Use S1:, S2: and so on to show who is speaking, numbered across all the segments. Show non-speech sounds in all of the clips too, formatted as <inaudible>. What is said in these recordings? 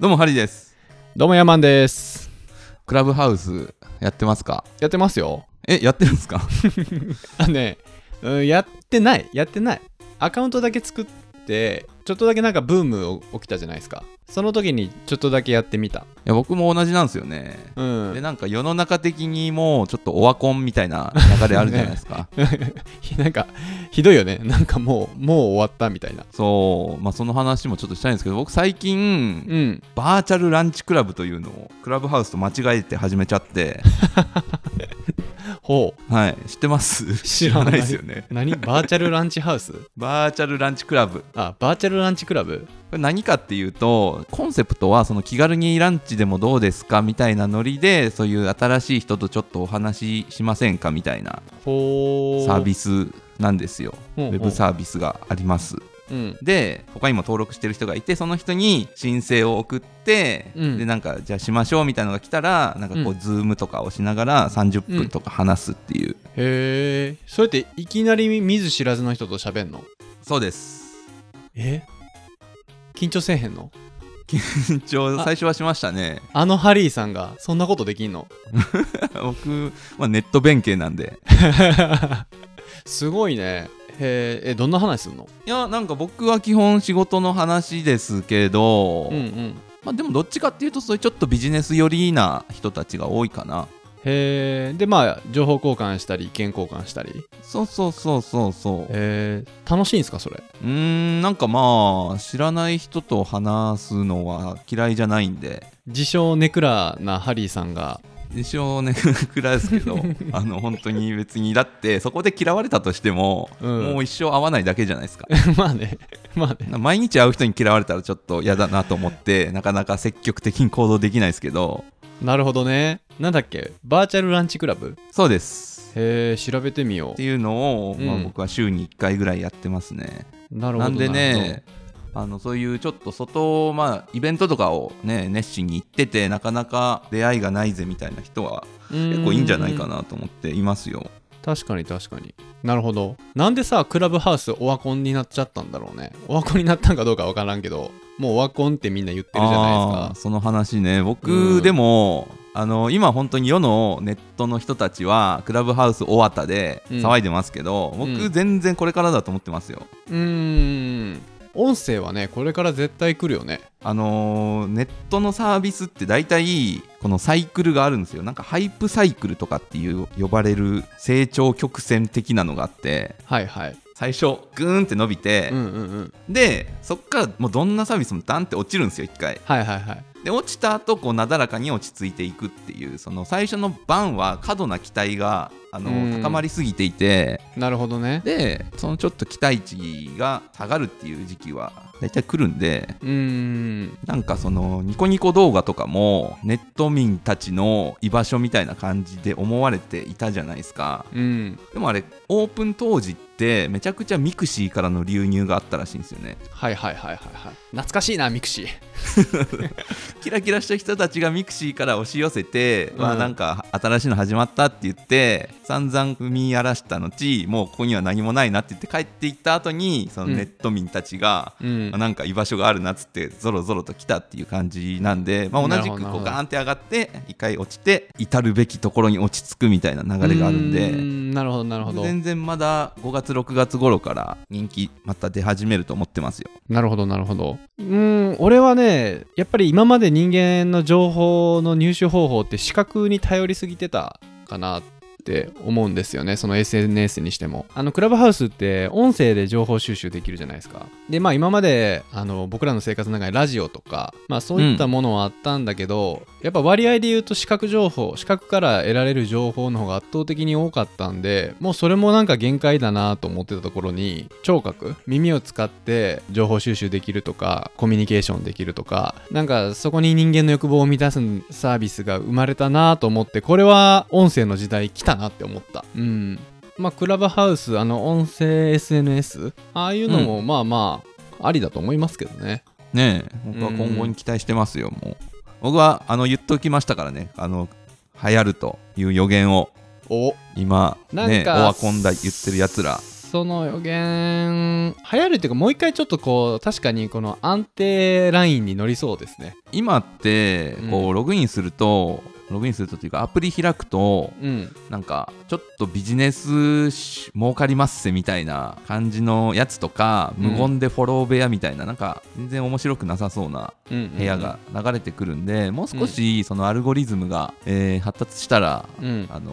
S1: どうもハリーです
S2: どうもヤマンです。
S1: クラブハウスやってますか
S2: やってますよ。
S1: えやってるん <laughs> ですか
S2: あのね、うん、やってない、やってない。アカウントだけ作って、ちょっとだけなんかブーム起きたじゃないですか。その時にちょっとだけやってみた。
S1: いや僕も同じなんですよね
S2: う
S1: で
S2: ん。 <laughs>
S1: なんか世の中的にもうちょっとオワコンみたいな流れあるじゃないです <laughs> か、
S2: なんか、ひどいよね。なんかもう、もう終わったみたいな。
S1: そうまあその話もちょっとしたいんですけど僕最近、
S2: うん。
S1: バーチャルランチクラブというのをクラブハウスと間違えて始めちゃ <laughs> って、
S2: ほう。
S1: はい、知ってます
S2: 知らない
S1: ですよね。
S2: 何バーチャルランチハウス
S1: バーチャルランチクラブ。こ
S2: あ、バーチャルランチクラブ
S1: れ何かっていうと、コンセプトはその気軽にランチでもどうですかみたいなノリで、そういう新しい人とちょっとお話ししませんかみたいな
S2: ほう。
S1: サービスなんですよ。ウ
S2: ほうほう
S1: ェブサービスがあります。
S2: うん。
S1: で他にも登録してる人がいてその人に申請を送って、
S2: うん
S1: でなんかじゃあしましょうみたいなのが来たらなんかこ
S2: う
S1: う、
S2: ん
S1: ズームとかをしながら30
S2: う
S1: 分
S2: ん
S1: とか話すっていう、
S2: へえ。それっていきなり見ず知らずの人と喋んの
S1: そうです <laughs>
S2: え緊張せえへんの
S1: 一応
S2: あ
S1: 最初はしましたね
S2: あのハリーさんがそんなことできんの
S1: 僕、まあ、ネット弁慶なんです
S2: ごいね。へえ、えどんな話すんの
S1: いやなんか僕は基本仕事の話ですけど、
S2: うんうん。
S1: まあ、でもどっちかっていうとそういうちょっとビジネス寄りな人たちが多いかな
S2: へえ、で、まあ、情報交換したり、意見交換したり。
S1: そうそうそうそうそう
S2: えー、楽しいんすか、それ。
S1: うーんなんかまあ知らない人と話すのは嫌いじゃないんで
S2: 自称ネクラなハリーさんが。 <laughs>
S1: 一応ねくらですけどあの本当に別にだってそこで嫌われたとしても、
S2: うん
S1: もう一生会わないだけじゃないですか
S2: まあね、まあね。
S1: 毎日会う人に嫌われたらちょっと嫌だなと思ってなかなか積極的に行動できないですけど
S2: なるほどね。なんだっけ、バーチャルランチクラブ
S1: そうです
S2: へえ、調べてみよ
S1: っていうのを、まあ
S2: うん
S1: 僕は週に1回ぐらいやってますね
S2: う。なるほ
S1: な
S2: ど。
S1: んで
S2: なるほ
S1: ね
S2: ど、
S1: あのそういうちょっと外、まあ、イベントとかを、ね、熱心に行ってて、なかなか出会いがないぜみたいな人は、結構いいんじゃないか
S2: うーん。
S1: なと思っていますよ。
S2: 確かに確かに。なるほど。なんでさ、クラブハウスオワコンになっちゃったんだろうね。オワコンになったんかどうかわからんけど、もうオワコンってみんな言ってるじゃないです
S1: あ
S2: か
S1: ー。その話ね、
S2: う
S1: 僕、
S2: ん
S1: でも、あの今、本当に世のネットの人たちは、クラブハウス終わったで
S2: うん
S1: 騒いでますけど、
S2: う
S1: 僕、
S2: ん
S1: 全然これからだと思ってますよ。
S2: うーん音声はねこれから絶対来るよね
S1: あのーネットのサービスって大体このサイクルがあるんですよなんかハイプサイクルとかっていう呼ばれる成長曲線的なのがあって
S2: はいはい
S1: 最初グーンって伸びて
S2: う、んうんうん
S1: でそっからもうどんなサービスもダンって落ちるんですよ1回
S2: はいはいはい
S1: で落ちた後こうなだらかに落ち着いていくっていうその最初の番は過度な期待が、あのー
S2: うん
S1: 高まりすぎていて
S2: なるほどね
S1: でそのちょっと期待値が下がるっていう時期は大体来るんで
S2: うーん
S1: なんかそのニコニコ動画とかもネット民たちの居場所みたいな感じで思われていたじゃないですか
S2: うん
S1: でもあれオープン当時ってめちゃくちゃミクシーからの流入があったらしいんですよね
S2: はいはいはいはいはい懐かしいなミクシー
S1: キラキラした人たちがミクシーから押し寄せて、
S2: うん
S1: まあなんか新しいの始まったって言って散々踏み荒らした後もうここには何もないなって言って帰っていった後にそのネット民たちが、
S2: うん
S1: なんか居場所があるなっつってゾロゾロと来たっていう感じなんで、まあ、同じく
S2: なるほ
S1: こう
S2: どなるほど
S1: ガーンって上がって一回落ちて至るべきところに落ち着くみたいな流れがあるん
S2: うー
S1: で。
S2: んなるほどなるほど
S1: 全然まだ5月6月頃から人気また出始めると思ってますよ
S2: なるほどなるほどうーん俺はねやっぱり今まで人間の情報の入手方法って視覚に頼りすぎてたかなって思うんですよねその SNS にしてもあのクラブハウスって音声で情報収集できるじゃないですかでまあ今まであの僕らの生活の中にラジオとかまあそういったものはあったんだけど、やっぱ割合で言うと視覚情報視覚から得られる情報の方が圧倒的に多かったんでもうそれもなんか限界だなと思ってたところに聴覚耳を使って情報収集できるとかコミュニケーションできるとかなんかそこに人間の欲望を満たすサービスが生まれたなと思ってこれは音声の時代来たなって思ったうんまあクラブハウスあの音声 SNS ああいうのもまあまあありだと思いますけどね、
S1: ねえ僕は今後に期待してますよもう僕はあの言っときましたからねあの流行るという予言を
S2: お
S1: 今
S2: なん
S1: ねオ
S2: か
S1: ワコンだ言ってるやつら
S2: その予言流行るっていうかもう一回ちょっとこう確かにこの安定ラインに乗りそうですね
S1: 今ってこ
S2: う
S1: うログインすると、ログインするとっていうかアプリ開くと
S2: うん
S1: なんかちょっとビジネスし儲かりますせみたいな感じのやつとか
S2: うん
S1: 無言でフォロー部屋みたいななんか全然面白くなさそうな
S2: うん
S1: 部屋が流れてくるんでもう少しそのアルゴリズムが、えー発達したら
S2: うん
S1: あの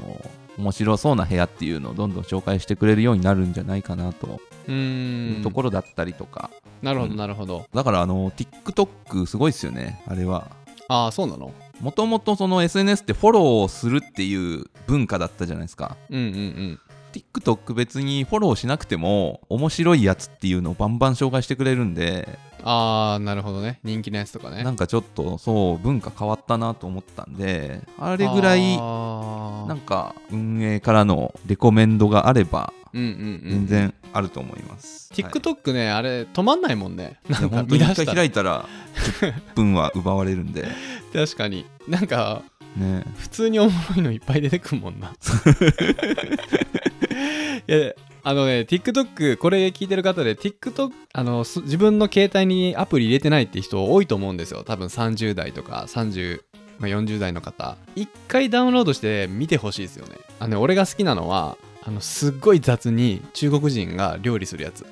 S1: 面白そうな部屋っていうのをどんどん紹介してくれるようになるんじゃないかなと
S2: うん
S1: ところだったりとか
S2: なるほど
S1: うん
S2: なるほど、
S1: だからあの TikTok すごいですよねあれは
S2: ああそうなの
S1: もともとその SNS ってフォローをするっていう文化だったじゃないですか
S2: うんうん
S1: TikTok 別にフォローしなくても面白いやつっていうのをバンバン紹介してくれるんで
S2: うんああなるほどね人気のやつとかね
S1: なんかちょっとそう文化変わったなと思ったんであれぐらい
S2: あー
S1: なんか運営からのレコメンドがあれば
S2: うんうんう
S1: 全
S2: ん
S1: 然あると思います、はい
S2: TikTok ね、あれ止まんないもんね
S1: い
S2: な
S1: や
S2: んか
S1: 本当
S2: 見
S1: に
S2: 出
S1: 一回
S2: したら
S1: 開いたら10分は奪われるん
S2: <laughs>
S1: で、
S2: 確かになんか
S1: ね、
S2: 普通におもろいのいっぱい出てくるも
S1: <laughs>
S2: んないやあのね TikTok これ聞いてる方で TikTok あのす自分の携帯にアプリ入れてないって人多いと思うんですよ多分30代とか30まあ、40代の方一回ダウンロードして見てほしいですよねあのね俺が好きなのはあのすっごい雑に中国人が料理するやつ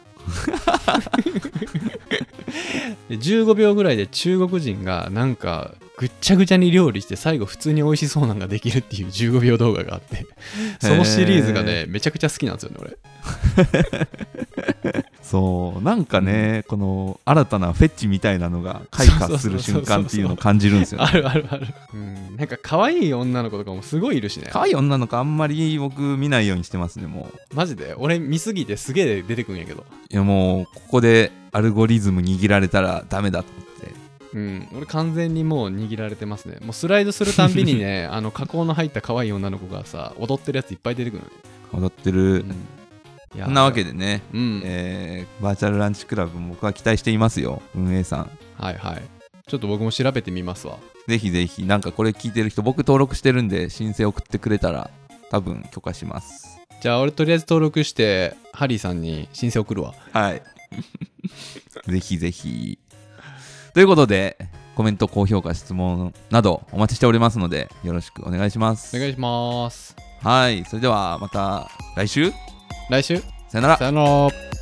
S2: で15秒ぐらいで中国人がなんかぐっちゃぐちゃに料理して最後普通に美味しそうなのができるっていう15秒動画があってそのシリーズがねめちゃくちゃ好きなんですよね俺
S1: そうなんかね、この新たなフェッチみたいなのが開花する瞬間っていうのを感じるんですよね
S2: あるあるあるうんなんか可愛い女の子とかもすごいいるしね
S1: <laughs> 可愛い女の子あんまり僕見ないようにしてますねもう
S2: マジで俺見すぎてすげえ出てくんやけど
S1: いやもうここでアルゴリズム握られたらダメだと思って
S2: うん、俺完全にもう握られてますねもうスライドするたんびに <laughs> ねあの加工の入った可愛い女の子がさ踊ってるやついっぱい出てくるのね
S1: 踊ってる、
S2: うんいや
S1: そんなわけでね、
S2: うん、
S1: えーバーチャルランチクラブ僕は期待していますよ運営さん
S2: はいはいちょっと僕も調べてみますわ
S1: ぜひぜひなんかこれ聞いてる人僕登録してるんで申請送ってくれたら多分許可します
S2: じゃあ俺とりあえず登録してハリーさんに申請送るわ
S1: はい <laughs> ぜひぜひということでコメント高評価質問などお待ちしておりますのでよろしくお願いします
S2: お願いします
S1: はいそれではまた来週
S2: 来週
S1: さよなら
S2: さよなら